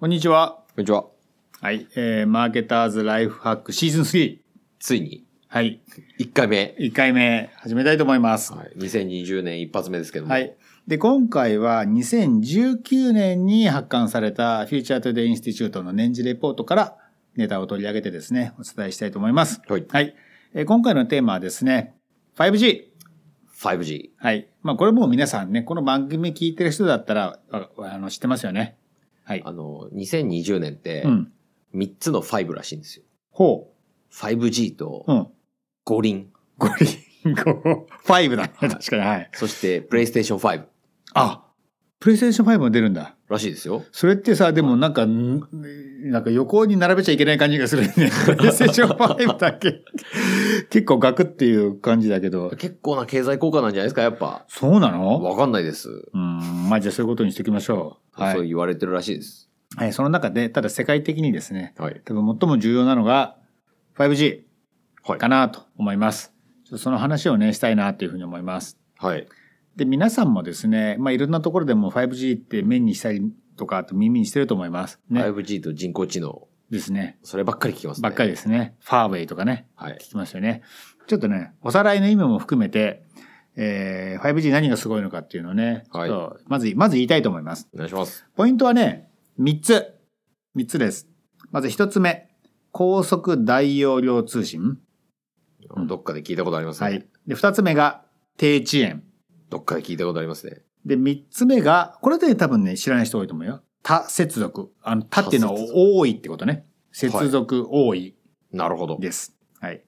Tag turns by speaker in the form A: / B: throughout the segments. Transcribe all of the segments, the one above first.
A: こんにちは。
B: こんにちは。
A: はい。えー、マーケターズライフハックシーズン3。
B: ついに、
A: はい。
B: 1回目。
A: 1回目始めたいと思います。
B: はい。2020年一発目ですけども。
A: は。い。で、今回は2019年に発刊されたフューチャートゥデイインスティチュートの年次レポートからネタを取り上げてですね、お伝えしたいと思います。
B: はい。
A: はい。えー今回のテーマはですね、5G。
B: 5G。
A: はい。まあ、これもう皆さんね、この番組聞いてる人だったら、ああの、知ってますよね。はい
B: あ。の、2020年って
A: う、ん。
B: 3つの5らしいんですよ。
A: ほ
B: 5G と
A: う。う、ん。
B: 五輪、
A: 五 輪、五、ファイブだね。 確かに、はい。
B: そして、プレイステーション5
A: あ、プレイステーション5も出るんだ。
B: らしいですよ。
A: それってさ、でもなんか、んなんか横に並べちゃいけない感じがする ね。プレイステーション5だけ。結構ガクっていう感じだけど。
B: 結構な経済効果なんじゃないですか、やっぱ。
A: そうなの
B: わかんないです。
A: うん、まあじゃあそういうことにしておきましょう。は
B: そう
A: い。
B: 言われてるらしいです。
A: はい、その中で、ただ世界的にですね、
B: はい。
A: 多分最も重要なのが 5G
B: はい
A: か。なと思います。ちょっとその話をね、したいなというふうに思います。
B: はい。
A: で、皆さんもですね、まあ、いろんなところでも 5G って目にしたりとか、あと耳にしてると思います。ね。
B: 5G と人工知能。
A: ですね。
B: そればっかり聞きますね。
A: ばっかり
B: で
A: ですね。ファーウェイとかね、
B: す。はい。
A: 聞きますよね。ちょっとね、おさらいの意味も含めて、えー、5G 何がすごいのかっていうのをね、
B: はい
A: ちょっとまず、まず言いたいと思います。
B: お願いします。
A: ポイントはね、3つ。3つです。まず1つ目。高速大容量通信。うん
B: どっかで聞いたことありますね。
A: はい。で、2つ目が低遅延。
B: どっかで聞いたことありますね。
A: で、三つ目が、これで多分ね、知らない人多いと思うよ。多接続。あの、多っていうのは
B: 多接続
A: 多いってことね。接続多い
B: なるほど。
A: です。はい。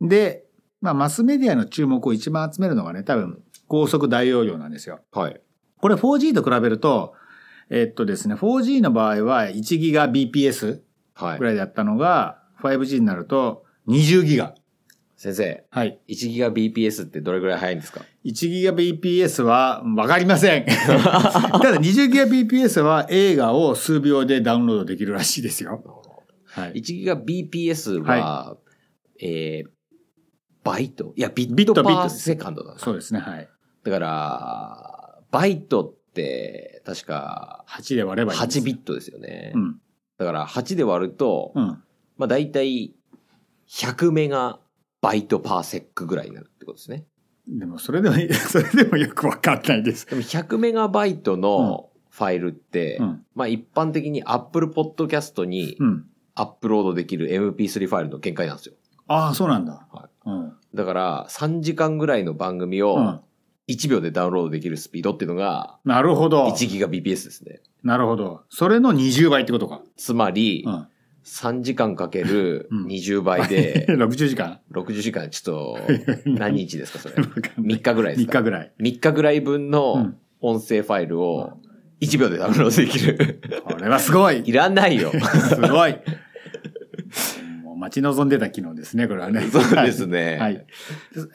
A: で、まあ、マスメディアの注目を一番集めるのがね、多分、高速大容量なんですよ。
B: はい。
A: これ 4G と比べると、えっとですね、4G の場合は 1GBps
B: はい
A: ぐ。らいだったのが、5G になると 20GB。
B: 先生、
A: はい。
B: 1ギガ BPS ってどれぐらい速いんですか
A: 1GBps はわかりま せん。ただ 20GBps は映画を数秒でダウンロードできるらしいですよ。はい、
B: ?1 ギガ BPS は、えー、バイトいや、ビ
A: ビッ
B: ッ
A: ト
B: ト
A: ビット
B: パーセカンドだな。
A: そうですね。はい。
B: だから、バイトって、確か、
A: 8で割ればいいんです。
B: 8ビットですよね。
A: うん。
B: だから、8で割ると、
A: うん。
B: まあ、だいたい100メガバイトパーセックぐらいになるってことですね。
A: でも、それでもい い、それでもよくわかんないです。
B: でも、100メガバイトのファイルって、
A: うん。
B: まあ、一般的に Apple Podcast に
A: うん。
B: アップロードできる MP3 ファイルの限界なんですよ。
A: ああ、そうなんだ。
B: は
A: うん。
B: だから、3時間ぐらいの番組
A: う
B: を
A: ん。
B: 1秒でダウンロードできるスピードっていうのが
A: なるほど。
B: 1ギガ BPS ですね。
A: なるほど。それの20倍ってことか。
B: つまり
A: う、ん。
B: 3時間かける
A: うん
B: 20倍 で、
A: 60時間
B: 60時間、ちょっと、何日ですか、 それ。3日ぐらいです
A: 3
B: か。
A: 日ぐらい。
B: 3日ぐらい分
A: う
B: の
A: ん
B: 音声ファイルを1秒でダウンロードできる。
A: これはすごい
B: いらな いよ。
A: すごい。もう待ち望んでた機能ですね、これはね。
B: そうですね。
A: はい。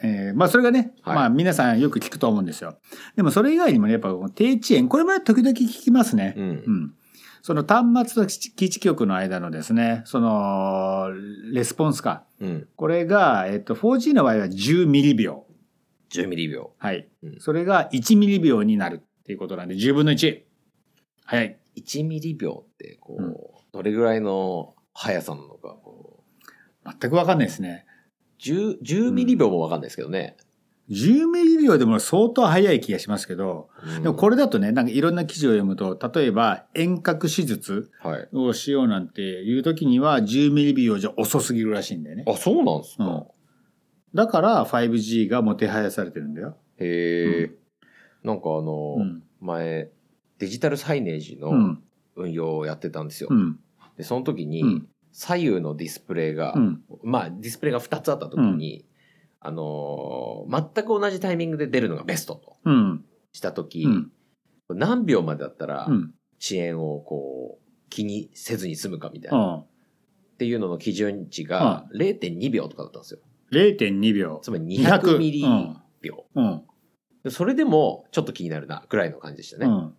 A: えーまあ、それがね、
B: はい
A: まあ、皆さんよく聞くと思うんですよ。でも、それ以外にもね、やっぱ、低遅延、これも時々聞きますね。
B: う。
A: うんん。その端末と基地局の間のですね、その、レスポンスか。
B: うん。
A: これが、えっと、4G の場合は10ミリ秒。
B: 10ミリ秒。
A: はい
B: うん。
A: それが1ミリ秒になるっていうことなんで、10分の1。早い。
B: 1ミリ秒って、こ
A: うん
B: う、どれぐらいの速さなのか、こう、
A: 全くわかんないですね。
B: 10, 10ミリ秒もわかんないですけどね。
A: 10ミリ秒でも相当早い気がしますけど、でもこれだとね、なんかいろんな記事を読むと、例えば遠隔手術
B: れ、はい。
A: をしようなんていう時には10ミリ秒じゃ遅すぎるらしいんだよね。
B: あ、そうなんですか。
A: うんだから 5G がもてはやされてるんだよ。
B: へえ、
A: う
B: なんかあの、
A: うん。
B: 前、デジタルサイネージ
A: う
B: の
A: ん。
B: 運用をやってたんですよ。
A: うん。
B: で、その時に、
A: うん
B: 左右のディスプレイが、
A: うん。
B: まあ、ディスプレイが2つあった時に、あのー全く同じタイミングで出るのがベストと
A: うん。
B: した時、
A: うん。
B: 何秒までだったら
A: う、ん。
B: 遅延をこう、気にせずに済むかみたいな、っ
A: うん。
B: ていうのの基準値が0.2秒とかだったんですよ。
A: 0.2秒。
B: つまり200ミリ
A: うん
B: 秒。
A: うん。
B: でそれでも、ちょっと気になるな、くらいの感じでした
A: う
B: ね。
A: ん。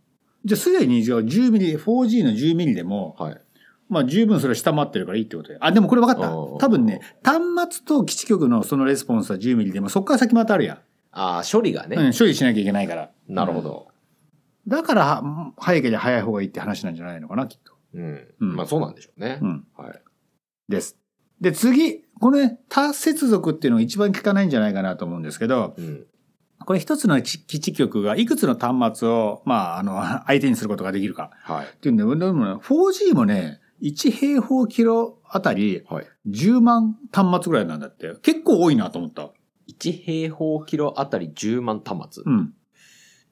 A: じゃあすでにじゃあ10ミリ、4G の10ミリでも、
B: はい。
A: まあ十分それを下回ってるからいいってことで。あ、でもこれ分かった。
B: おー
A: 多分ね、端末と基地局のそのレスポンスは10ミリでも、そこから先またあるや
B: ああ、処理がね、
A: ん。うん、処理しなきゃいけないから。
B: なるほど。
A: だから、は早ければ早い方がいいって話なんじゃないのかな、きっと。
B: うん。
A: うん
B: まあそうなんでしょうね
A: う。ん。
B: はい。
A: です。で、次、これ、他接続っていうのが一番効かないんじゃないかなと思うんですけど、
B: うん。
A: これ一つの基基地局がいくつの端末を、まあ、あの、相手にすることができるか。
B: はい。
A: っていうんで、でもね、4G もね、1平方キロあたり
B: はい。
A: 10万端末ぐらいなんだって。結構多いなと思った。
B: 1平方キロあたり10万端末。
A: うん。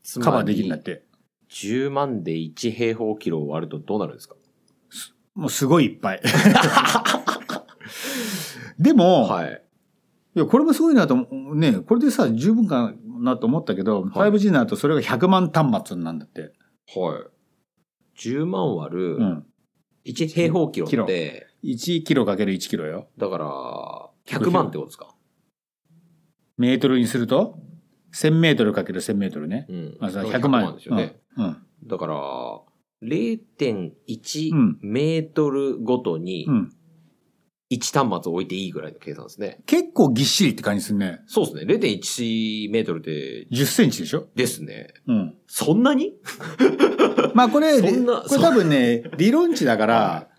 B: つま
A: カ
B: り
A: バーできるんだって。
B: 10万で1平方キロを割るとどうなるんですか
A: もうすごいいっぱい。 でも、
B: はい。
A: いや、これもすごいなと思う、ね、これでさ、十分かなと思ったけど、
B: はい
A: 5G になるとそれが100万端末になるんだって。
B: はい。10万割る
A: うん。
B: 1平方キロって、
A: 1キロかける1キロよ。
B: だから100万ってことですか
A: メートルにすると、1000メートルかける1000メートルね。
B: うん。
A: まあ、さ
B: だから
A: 100万
B: ですよね。
A: うん。うん
B: だから、0.1
A: うん
B: メートルごとに
A: うん。
B: 1端末置いていいぐらいの計算ですね。
A: 結構ぎっしりって感じするね。
B: そうですね。0.1メートルって、
A: 10センチでしょ
B: ですね。
A: うん。
B: そんなに
A: まあこれ、
B: そんな
A: これ多分ね、理論値だ から、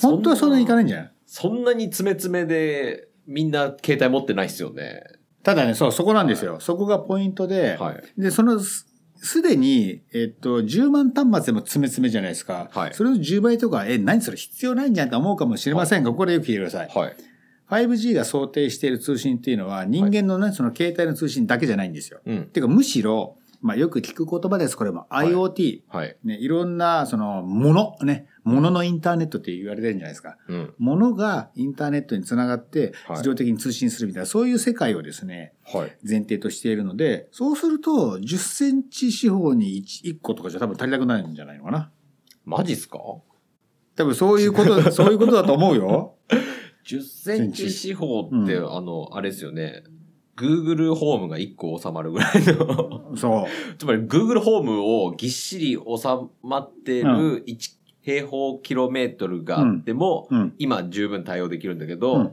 A: 本当はそんなにいかないんじゃない
B: そんなに詰め詰めで、みんな携帯持ってないっすよね。
A: ただね、そう、そこなんですよ。そこがポイントで、
B: はい。
A: で、その、すすでに、えっと、10万端末でも詰め詰めじゃないですか。
B: はい
A: それの10倍とか、え、何それ必要ないんじゃんって思うかもしれませんが、ここでよく聞いてください。
B: はい。
A: 5G が想定している通信っていうのは、人間のね、その携帯の通信だけじゃないんですよ。
B: うん。
A: ていうか、むしろ、まあ、よく聞く言葉です。これも
B: い
A: IoT。
B: はい。
A: ね、いろんな、その、もの、ね、もののインターネットって言われてるんじゃないですか。
B: うん。
A: ものがインターネットにつながって、
B: はい
A: 自動的に通信するみたいな、そういう世界をですね、
B: はい。
A: 前提としているので、そうすると、10センチ四方に 1, 個とかじゃ多分足りなくなるんじゃないのかな。
B: マジっすか
A: 多分そういう こと、そういうことだと思うよ。
B: ?10 センチ四方って、
A: う
B: あの、あれですよね。Google ホームが1個収まるぐらいの。
A: そ
B: つまり Google ホームをぎっしり収まって
A: う
B: る1平方キロメートルがあっても、
A: う。うん。
B: 今十分対応できるんだけど、
A: うん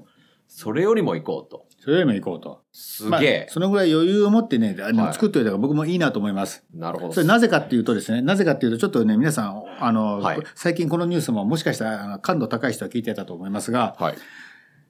B: それよりも行こうと。
A: それよりも行こうと。
B: すげえ
A: まあ、、そのぐらい余裕を持ってね、あの
B: はい
A: 作っといたから僕もいいなと思います。
B: なるほど。
A: それなぜかっていうとですね、なぜかっていうと、ちょっとね、皆さん、あの、
B: はい
A: 最近このニュースももしかしたらあの感度高い人は聞いてたと思いますが、
B: はい。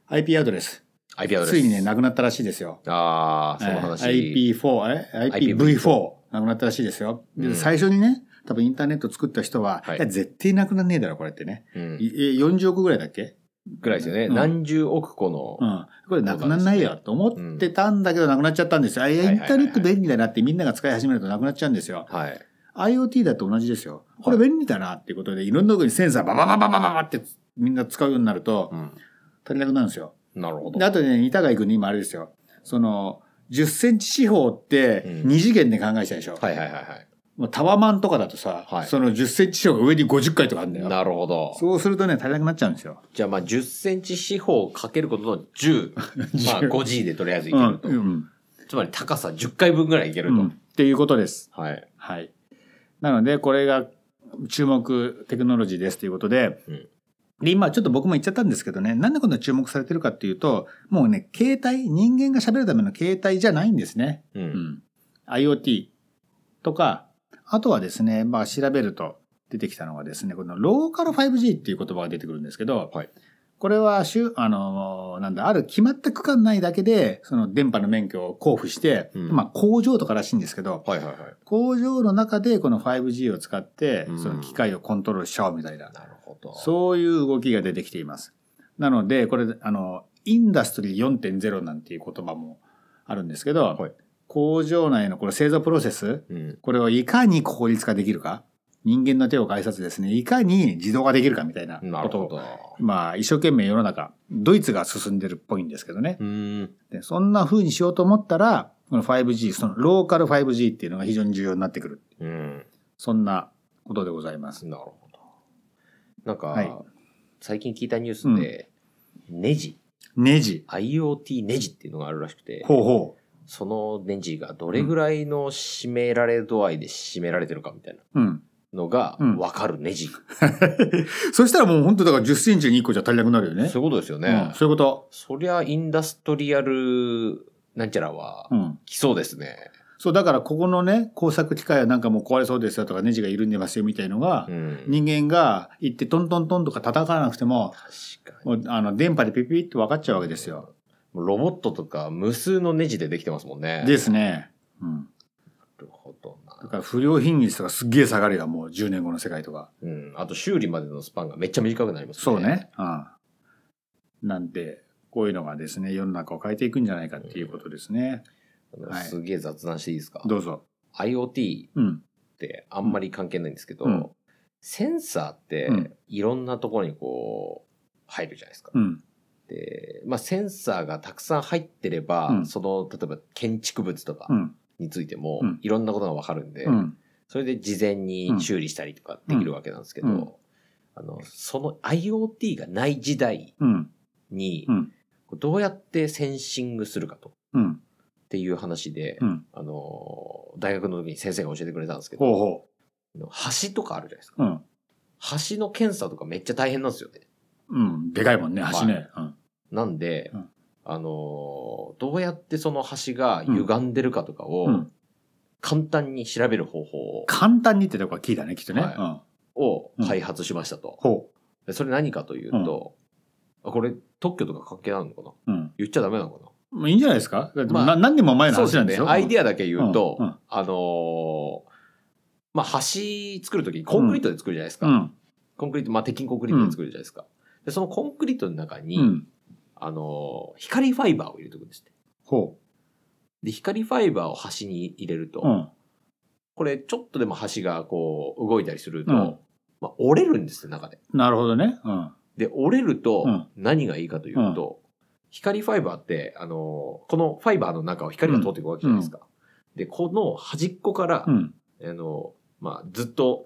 A: IP アドレス、
B: IP アドレス。
A: ついにね、なくなったらしいですよ。
B: ああ、その話。
A: えー IP4、え ?IPv4 なくなったらしいですよ。で
B: うん
A: 最初にね、多分インターネット作った人は、、
B: はいい
A: や、絶対なくなんねえだろ、これってね。
B: うん
A: いえ40億ぐらいだっけ
B: ぐらいですよね。
A: うん
B: 何十億個
A: う
B: の。
A: ん。これなくなんないよと思ってたんだけど、なくなっちゃったんですよ。あいや
B: はい
A: イ
B: はい
A: ン
B: は
A: タ
B: い
A: ーネット便利だなってみんなが使い始めるとなくなっちゃうんですよ。
B: はい。
A: IoT だと同じですよ。これ便利だなっていうことで、いろんなとこにセンサーバババババババってみんな使うようになると
B: う、ん。
A: 足りなくなるんですよ。
B: なるほ
A: で
B: ど。
A: あとね、似たがいくんに今あれですよ。その、10センチ四方って
B: うん
A: 2次元で考えちゃうでしょ。
B: はいはいはいは
A: もうタワマンとかだとさ、
B: はい
A: その10センチ四方が上に50回とかあるんだ
B: い。
A: よ。
B: なるほど。
A: そうするとね、足りなくなっちゃうんですよ。
B: じゃあまあ10センチ四方をかけることの10。ま あ 5G でとりあえずいけ
A: う
B: る
A: ん、
B: と。
A: うん、
B: つまり高さ10回分ぐらいいける
A: う
B: と。
A: ん。っていうことです。
B: はい。
A: はい。なので、これが注目テクノロジーですということで、
B: うん
A: で、今ちょっと僕も言っちゃったんですけどね、なんでこんな注目されてるかっていうと、もうね、携帯、人間が喋るための携帯じゃないんですね。
B: う。
A: うんん、IoT とか、あとはですね、まあ調べると出てきたのがですね、このローカル 5G っていう言葉が出てくるんですけど、
B: はい
A: これはしゅ、あの、なんだ、ある決まった区間内だけで、その電波の免許を交付して、
B: うん
A: まあ工場とからしいんですけど、
B: はいはいはい。
A: 工場の中でこの 5G を使って
B: う、ん
A: その機械をコントロールしちゃおうみたいな、
B: なるほど。
A: そういう動きが出てきています。なので、これ、あの、インダストリー4.0なんていう言葉もあるんですけど、
B: はい
A: 工場内のこの製造プロセス、
B: うん。
A: これをいかに効率化できるか、人間の手を介さずですね、いかに自動化できるかみたいな
B: な
A: こ
B: る
A: と
B: ほ
A: を、
B: ど。
A: まあ、一生懸命世の中、ドイツが進んでるっぽいんですけどね。
B: うん。
A: でそんな風にしようと思ったら、この 5G、そのローカル 5G っていうのが非常に重要になってくる。
B: うん。
A: そんなことでございます。
B: なるほど。なんか、
A: はい
B: 最近聞いたニュースで、ネジ、
A: ネジ。
B: IoT ネジっていうのがあるらしくて、
A: ほうほ
B: そのネジがどれぐらいの締められ度合いで締められてるかみたいな
A: う。うん。
B: のが
A: うん
B: わかるネジ。
A: そしたらもう本当だから10センチに1個じゃ足りなくなるよね。
B: そういうことですよね。
A: うん、そういうこと。
B: そりゃインダストリアルなんちゃらは
A: うん。
B: 来そうですね。
A: そう、だからここのね、工作機械はなんかもう壊れそうですよとかネジが緩んでますよみたいのが、
B: うん
A: 人間が行ってトントントンとか叩かなくても、
B: 確かに。
A: もうあの電波でピピピって分かっちゃうわけですよ。
B: ロボットとか無数のネジでできてますもんね。。
A: ですすね。うん。
B: なるほど
A: だ
B: な。
A: から不良品率とかすっげえ下がるよ、もう10年後の世界とか。
B: うん。あと修理までのスパンがめっちゃ短くなりますね。
A: そう。ね。うん。なんで、こういうのがですね、世の中を変えていくんじゃないかっていうことですね。はい
B: すげえ雑談していいですか、
A: どうぞ。
B: ?IoT っ
A: うん。
B: てあんまり関係ないんですけど、
A: うん
B: センサーって
A: うん
B: いろんなところにこう入るじゃないですか。
A: うん。
B: で、まあセンサーがたくさん入ってれば、
A: うん
B: その、例えば建築物とか
A: うん。
B: についても
A: うん
B: いろんなことがわかるんで、
A: うん。
B: それで事前に修理したりとかできるわけなんですけど、
A: うんうん
B: あの、その IoT がない時代
A: うん。
B: に
A: うん、
B: どうやってセンシングするかと、
A: うん。
B: っていう話で、
A: うん。
B: あの、大学の時に先生が教えてくれたんですけ
A: ほう
B: ど、
A: ほ
B: 橋とかあるじゃないですか。
A: う。うん。
B: 橋の検査とかめっちゃ大変なんですよね。
A: うん。でかいもんね、橋ね。うん。
B: なんで、
A: うん
B: あの、どうやってその橋が歪んでるかとか
A: う
B: を
A: ん。
B: 簡単に調べる方法
A: 簡単にってとこは聞いたね、きっとね。
B: はい
A: うん。
B: を開発しましたと。
A: ほ
B: でそれ何かというと、あこれ特許とか関係あるのかな
A: う。うん。
B: 言っちゃダメなのか
A: まあいいんじゃないですかだってもう
B: ま
A: な何年も前
B: な
A: の
B: そうで
A: 話な
B: す
A: んで
B: ね
A: しょ。。
B: アイディアだけ言うと、
A: うんうん
B: あのーまあ、橋作るときにコンクリートで作るじゃないですか。
A: うん。
B: コンクリート、まあ、鉄筋コンクリートで作るじゃないですか。で、そのコンクリートの中に、
A: うん。
B: あのー光ファイバーを入れておくんですって。
A: ほ
B: で、光ファイバーを橋に入れると、
A: う。うん。
B: これちょっとでも橋がこう動いたりすると、
A: うん
B: まあ、折れるんですよ、中で。
A: なるほどね。うん。
B: で、折れる
A: う
B: と
A: ん
B: 何がいいかというと、光ファイバーって、あの、このファイバーの中を光が通っていくわけじゃないですか。で、この端っこから
A: う、ん。
B: あの、まあ、ずっと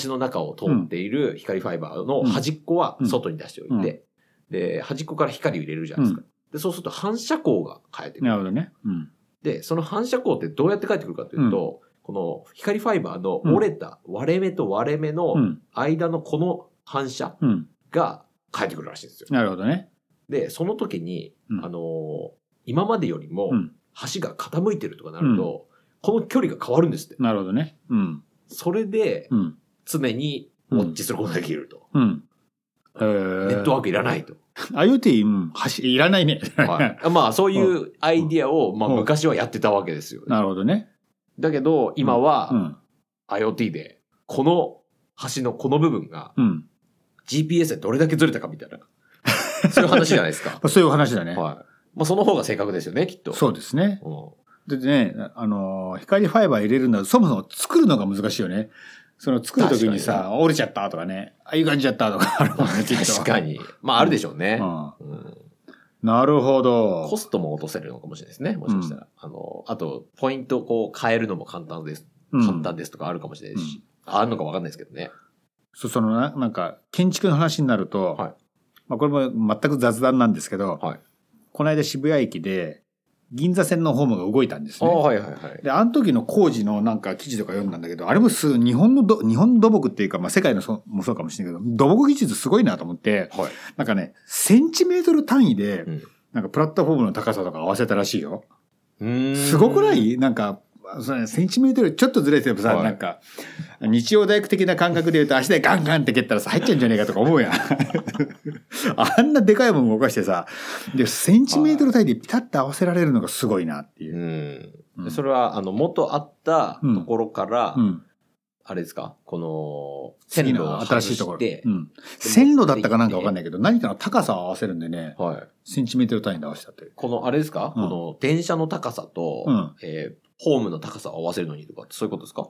B: 橋の中を通っている光ファイバーの端っこは
A: うん
B: 外に出してお
A: う
B: い
A: ん
B: て、で、端っこから光を入れるじゃないですか。で、そうすると反射光が変えてく
A: なる
B: る。
A: ほどね。うん。
B: で、その反射光ってどうやって返ってくるかというと、この光ファイバーの折れた割れ目と割れ目の
A: うん。
B: 間のこの反射
A: うん。
B: が返ってくるらしいんですよ。
A: なるほどね。
B: で、その時に、
A: うん
B: あのー今までよりも
A: うん。
B: 橋が傾いてるとかなると、この距離が変わるんですって。
A: なるほどね。うん。
B: それで
A: うん。
B: 常にウォッチすることができると。
A: うん。え
B: ネットワー
A: ー、
B: クいら ないと。
A: IoT、うん、橋、いらないね。
B: はい、まあそういうアイディアを、まあ
A: うん
B: 昔はやってたわけですよ、
A: なるほどね。
B: だけど今
A: う
B: は
A: ん。
B: IoT で、この橋のこの部分が
A: うん。
B: GPS でどれだけずれたかみた いな。そういう話じゃないですか。
A: まあそういうお話だね。
B: はい。まあその方が正確ですよね、きっと。
A: そうですね。
B: う
A: で
B: ん。
A: ね、あの、光ファイバー入れるんだそもそも作るのが難しいよね。その作るときに
B: 確
A: さ、折れちゃったとかね、ああいう感じだったとか あるもんね、きっと
B: 確か。に。まああるでしょうね。
A: うん。
B: うん
A: なるほ
B: コ
A: ど。
B: ストも落とせるのかもしれないですね。もしかしたら。あの、あと、ポイントをこう変えるのも簡単です。
A: うん
B: 簡単ですとかあるかもしれないし。あるのかわかんないですけどね。
A: そそのな、なんか、建築の話になると、
B: はい
A: まあこれも全く雑談なんですけど、
B: はい
A: この間渋谷駅で、銀座線のホームが動いたんです
B: あ
A: ね。
B: あ、はいはいはい。
A: で、あの時の工事のなんか記事とか読んだんだけど、あれもす、日本のど、日本土木っていうか、まあ世界のそもそうかもしれないけど、土木技術すごいなと思って、
B: はい。
A: なんかね、センチメートル単位で、
B: うん
A: なんかプラットフォームの高さとか合わせたらしいよ。
B: うーん
A: すごくないなんか、それセンチメートルちょっとずれてもさ、
B: はい
A: なんか、日曜大工的な感覚で言うと足でガンガンって蹴ったらさ、入っちゃうんじゃねえかとか思 うやん。あんなでかいもん動かしてさ、で、センチメートル単位でピタッと合わせられるのがすごいなっていうう。
B: ん。
A: うん
B: でそれは、あの、元あったところから、
A: うん。
B: あれですかこの、
A: 次
B: 線路を
A: の新しいところ。
B: 外して
A: うん。線路だったかなんかわかんないけど、何かの高さを合わせるんでね、
B: はい。
A: センチメートル単位で合わせたっていう。
B: この、あれですか、
A: うん
B: この、電車の高さと、
A: うん
B: えーホームの高さを合わせるのにとか、そういうことですか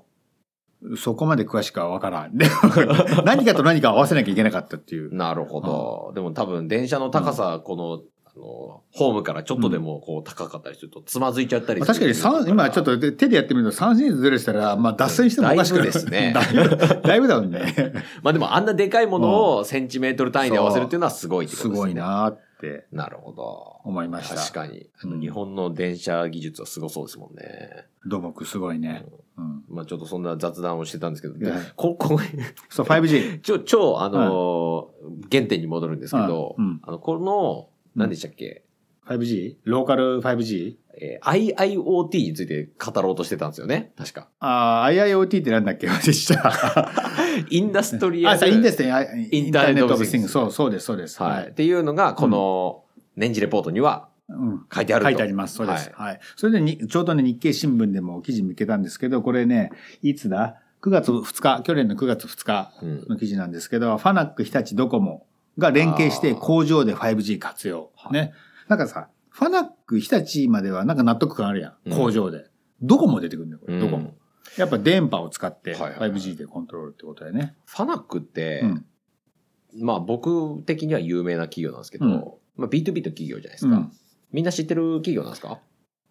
A: そこまで詳しくはわからん。でも 何かと何かを合わせなきゃいけなかったっていう。
B: なるほど。でも多分、電車の高さ、この、あの、ホームからちょっとでも、こう、高かったりすると、つまずいちゃったり
A: まあ
B: する。
A: 確かに三今ちょっ
B: と、
A: と手でやってみると3センチずれしたら、まあ脱線してもおかしくない
B: だいぶですね
A: だいぶだいぶだもんね。
B: まあでも、あんなでかいものをセンチメートル単位で合わせるっていうのはすごいってこと
A: す
B: ですね。
A: ごい。なーって
B: なるほど。
A: 思いました。
B: 確かに。あの
A: うん
B: 日本の電車技術はすごそうですもんね。
A: 土木すごいね。うん。
B: まあちょっとそんな雑談をしてたんですけど、
A: はい
B: こ、 こ、
A: そう、5G。
B: ちょ、超、あのー原点に戻るんですけど、
A: うんうん
B: あの、この、何でしたっけ、
A: 5G? ローカル 5G?
B: えー IIoT について語ろうとしてたんですよね。確か。
A: ああ、IIoT ってなんだっけ忘れちゃった。
B: インダストリア
A: あ、
B: ル。
A: さ、いいんですね。あイ
B: インターネットオブ
A: Things
B: シングス
A: そう、そうです、そうです。
B: はい。っ。ていうのが、この年次レポートには
A: うん。
B: 書いてあると。
A: 書いてあります。そうです。
B: は
A: はい。それでに、ちょうどね、日経新聞でも記事見つけたんですけど、これね、いつだ ?9 月2日、去年の9月2日
B: うん。
A: の記事なんですけど、ファナック、日立、ドコモが連携して
B: あー
A: 工場で 5G 活用。
B: はい
A: ね。なんかさ、ファナック、日立まではなんか納得感あるや
B: うん
A: ん。工場で。ドコモ出てくるんだよ、こ
B: う
A: れ。
B: ん
A: ドコモ。やっぱ電波を使って
B: はいはいはい
A: 5G でコントロールってことだよね。
B: ファナックって、
A: うん
B: まあ僕的には有名な企業なんですけど、
A: うん
B: まあ B2B の企業じゃないです
A: う
B: か。
A: ん
B: みんな知ってる企業なんですか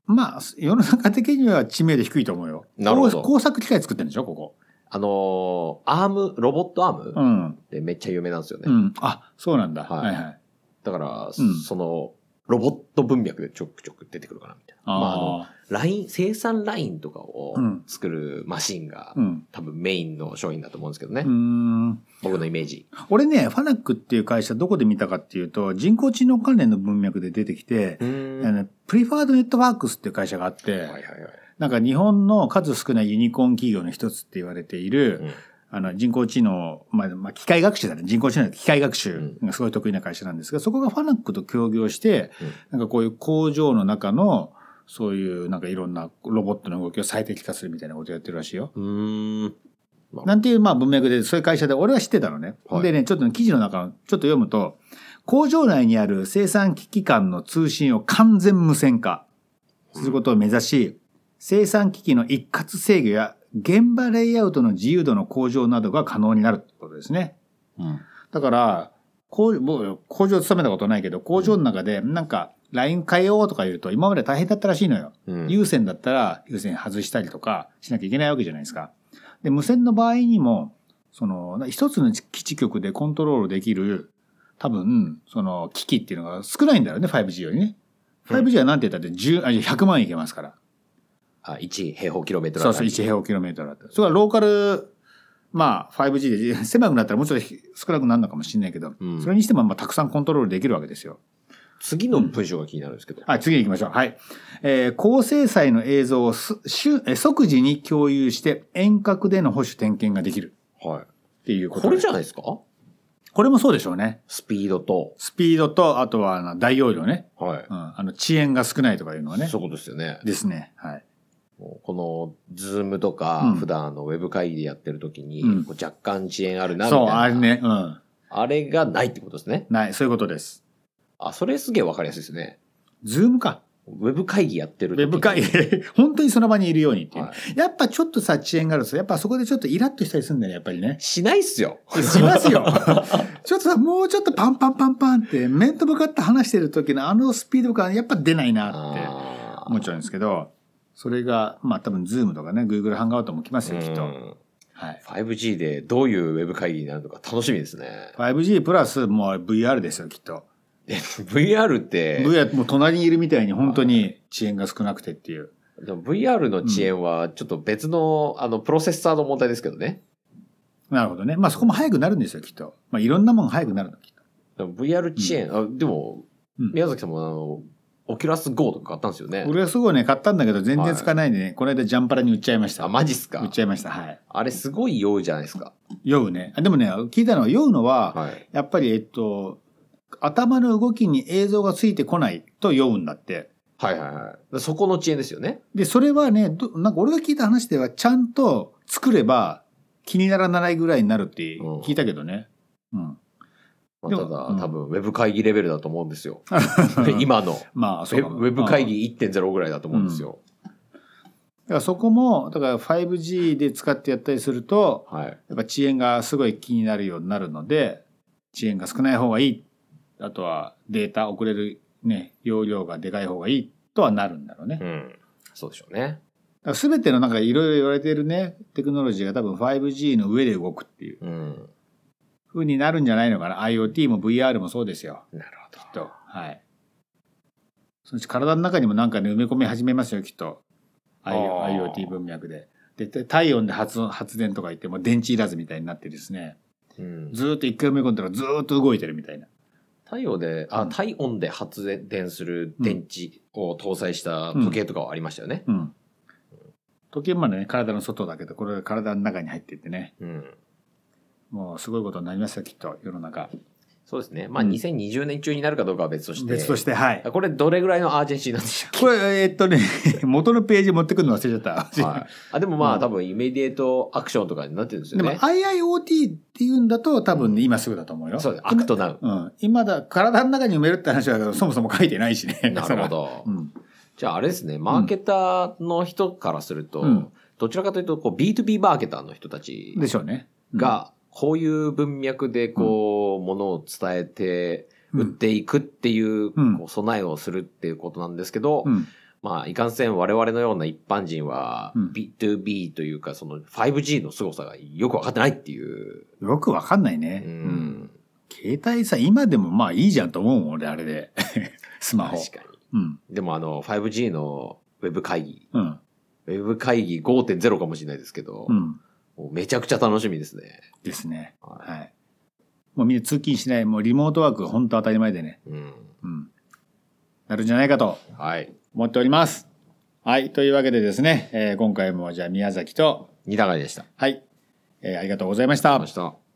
A: まあ、世の中的には知名度低いと思うよ。
B: なるほど
A: 工工作機械作ってるんでしょ、ここ。
B: あのーアーム、ロボットアーム
A: うん。
B: でめっちゃ有名なんですよね。
A: うん。あ、そうなんだ。
B: はい
A: はいはい。
B: だから、
A: うん
B: その、ロボット文脈でちょくちょく出てくるかな、みたいな。まあ、あの、
A: あ
B: ライン、生産ラインとかを
A: うん
B: 作るマシンが、
A: ー。うん。
B: 多分メインの商品だと思うんですけどね。
A: うーん。
B: 僕のイメージ。
A: 俺ね、ファナックっていう会社どこで見たかっていうと、人工知能関連の文脈で出てきて、あ
B: は
A: のプリファードネットワークスっていう会社があって、
B: いはいはい。
A: なんか日本の数少ないユニコーン企業の一つって言われている、
B: うん
A: あの人工知能、まあ、まあ、機械学習だね。人工知能、機械学習がすごい得意な会社なんですが、そこがファナックと協業して、なんかこういう工場の中の、そういうなんかいろんなロボットの動きを最適化するみたいなことをやってるらしいよ。
B: うーん。
A: なんていうまあ文脈で、そういう会社で、俺は知ってたのね。
B: はい
A: でね、ちょっとね記事の中の、ちょっと読むと、工場内にある生産機器間の通信を完全無線化することを目指し、生産機器の一括制御や現場レイアウトの自由度の向上などが可能になるってことですね。
B: うん。
A: だから、工僕工場勤めたことないけど、工場の中で、なんか、LINE 変えようとか言うと、今まで大変だったらしいのよ。
B: うん
A: 有線だったら有線外したりとかしなきゃいけないわけじゃないですか。で、無線の場合にも、その、一つの基地局でコントロールできる、多分、その、機器っていうのが少ないんだよね、5G よりね。
B: うん
A: 5G はなんて言ったって10、あ100万いけますから。
B: あ、1平方キロメートル
A: そ
B: あ
A: う
B: た
A: そう、
B: り
A: 1平方キロメートルだった。それはローカル、まあ、5G で狭くなったらもうちょっと少なくなるのかもしれないけど、
B: うん
A: それにしても、まあ、たくさんコントロールできるわけですよ。
B: 次の文章が気になるんですけど。
A: はい、次行きましょう。はい。えー高精細の映像をす瞬えー即時に共有して遠隔での保守点検ができる
B: はい。
A: っていうこと
B: これじ
A: ゃ
B: ゃないですか
A: これもそうでしょうね。
B: スピードと。
A: スピードと、あとはあの大容量ね。
B: はい。
A: うん。あの、遅延が少ないとかいうのはね。
B: そういうことですよね。
A: ですね。はい。
B: もうこの、ズームとか
A: う、ん
B: 普段あのウェブ会議でやってる時に、
A: うん
B: こう若干遅延あるな、みたい
A: そう、
B: な。
A: あれ。ね。うん。
B: あれがないってことですね。
A: ない、そういうことです。
B: あ、それすげえわかりやすいですね。
A: ズームか。
B: ウェブ会議やってる
A: ウ
B: 時に
A: ェブ会議。本当にその場にいるようにっていう。
B: は
A: やっぱちょっとさ、遅延があるとさ、やっぱそこでちょっとイラッとしたりするんだよね、やっぱりね
B: い。。しないっすよ。
A: しますよ。ちょっとさ、もうちょっとパンパンパンパンって、面と向かって話してる時のあのスピード感、やっぱ出ないなって
B: あー
A: 思っちゃうんですけど、それが、まあ多分、ズームとかね、Google ハンガーウトも来ますよ、きっ
B: う
A: と。
B: ん
A: はい。
B: 5G でどういうウェブ会議になるのか楽しみですね。
A: 5G プラス、もう VR ですよ、きっと。
B: で VR って、
A: VR、もう隣にいるみたいに本当に遅延が少なくてっていう。
B: でも VR の遅延はちょっと別の、あの、プロセッサーの問題ですけどね。
A: なるほどね。まあそこも早くなるんですよ、きっと。まあいろんなもん早くなるの、きっと。
B: でも VR 遅延、あでも、
A: うん
B: 宮崎さんもあの、オキュラス GO とか買ったんですよね。
A: 俺はすごいね、買ったんだけど全然使わないんでね、この間ジャンパラに売っちゃいました。
B: あ、マジっす
A: 売っ
B: か
A: ち。ゃいました、はい。
B: あれすごい用意じゃないですか。
A: 酔うね。あでもね、聞いたのは酔うのは、
B: はい。
A: やっぱり、えっと、頭の動きに映像がついてこないと酔うんだって。
B: はいはいはいで。そこの遅延ですよね。
A: で、それはね、どなんか俺が聞いた話では、ちゃんと作れば気にならないぐらいになるって
B: うん
A: 聞いたけどね。うん。
B: まあ、
A: で
B: た
A: も
B: だ、
A: うん
B: 多分、ウェブ会議レベルだと思うんで すよ。 今の。
A: まあ、
B: ウ
A: そう
B: ェ
A: かも
B: ブウェブ会。議1.0ぐらいだと思うんですよ。
A: だからそこも、だから 5G で使ってやったりすると、
B: はい。
A: やっぱ遅延がすごい気になるようになるので、遅延が少ない方がいい。あとはデータ遅れるね、容量がでかい方がいいとはなるんだろうね。
B: うん。そうでしょうね。
A: すべてのなんかいろいろ言われているね、テクノロジーが多分 5G の上で動くっていう
B: うん。
A: 風になるんじゃないのかな。IoT も VR もそうですよ、
B: なるほど
A: きっと。はい。そのうち体の中にもなんかね、埋め込み始めますよ、きっと。I-
B: あー
A: IoT 文脈で。で、て体温で発発電とか言っても電池いらずみたいになってですね、
B: うん
A: ずーっと一回埋め込んだらずーっと動いてるみたいな。
B: 太陽で、
A: う
B: あ、
A: ん
B: 体温で発電する電池を搭載した時計とかはありましたよね。
A: うん。時計までね、体の外だけど、これが体の中に入ってってね、
B: うん。
A: もうすごいことになりますよ、きっと、世の中。
B: そうですね。まあ、
A: うん
B: 2020年中になるかどうかは別として。
A: 別として、はい。
B: これどれぐらいのアージェンシーなんでしょ
A: これ、えーっとね、 元のページ持ってくるの忘れちゃっ
B: う
A: た。
B: はい。あ、でもまあ、
A: うん
B: 多分イメディエイトアクションとかになってるんです
A: で
B: よ
A: も、
B: ね。
A: IIoT っていうんだと、多分ね、今すぐだと思うよ。
B: そうです。アクトナウ。
A: うん。今だ、体の中に埋めるって話は、そもそも書いてないしね。
B: なるほ。ど
A: う。ん。
B: じゃああれですね、マーケターの人からすると、
A: うん
B: どちらかというと、こう、B2B マーケターの人たち
A: でしょうね。うん、
B: が、こういう文脈で、こう、ものを伝えて、
A: う
B: 売っ
A: ん、
B: ていくっていう、
A: うん
B: こう備えをするっていうことなんですけど、
A: うん。
B: まあ、いかんせん我々のような一般人は
A: うん、
B: B2B というか、その 5G の凄さがよくわかってないっていう。
A: よくわかんないね。
B: うん
A: 携帯さ、今でもまあいいじゃんと思うもん、俺、あれ で。スマホ。
B: 確かに。
A: うん。
B: でも、あの、5G のウェブ会議、
A: うん。
B: ウェブ会議5.0かもしれないですけど、
A: うん。
B: もうめちゃくちゃ楽しみですね。
A: ですね。
B: は
A: はい。もうみんな通勤しない、もうリモートワークが本当当たり前でね。
B: うん。
A: うん。なるんじゃないかと
B: はい。
A: 思っております。はい。というわけでですね、えー今回もじゃあ宮崎と、
B: 二高いでした。
A: はい。えーありがとうございました
B: 明。日。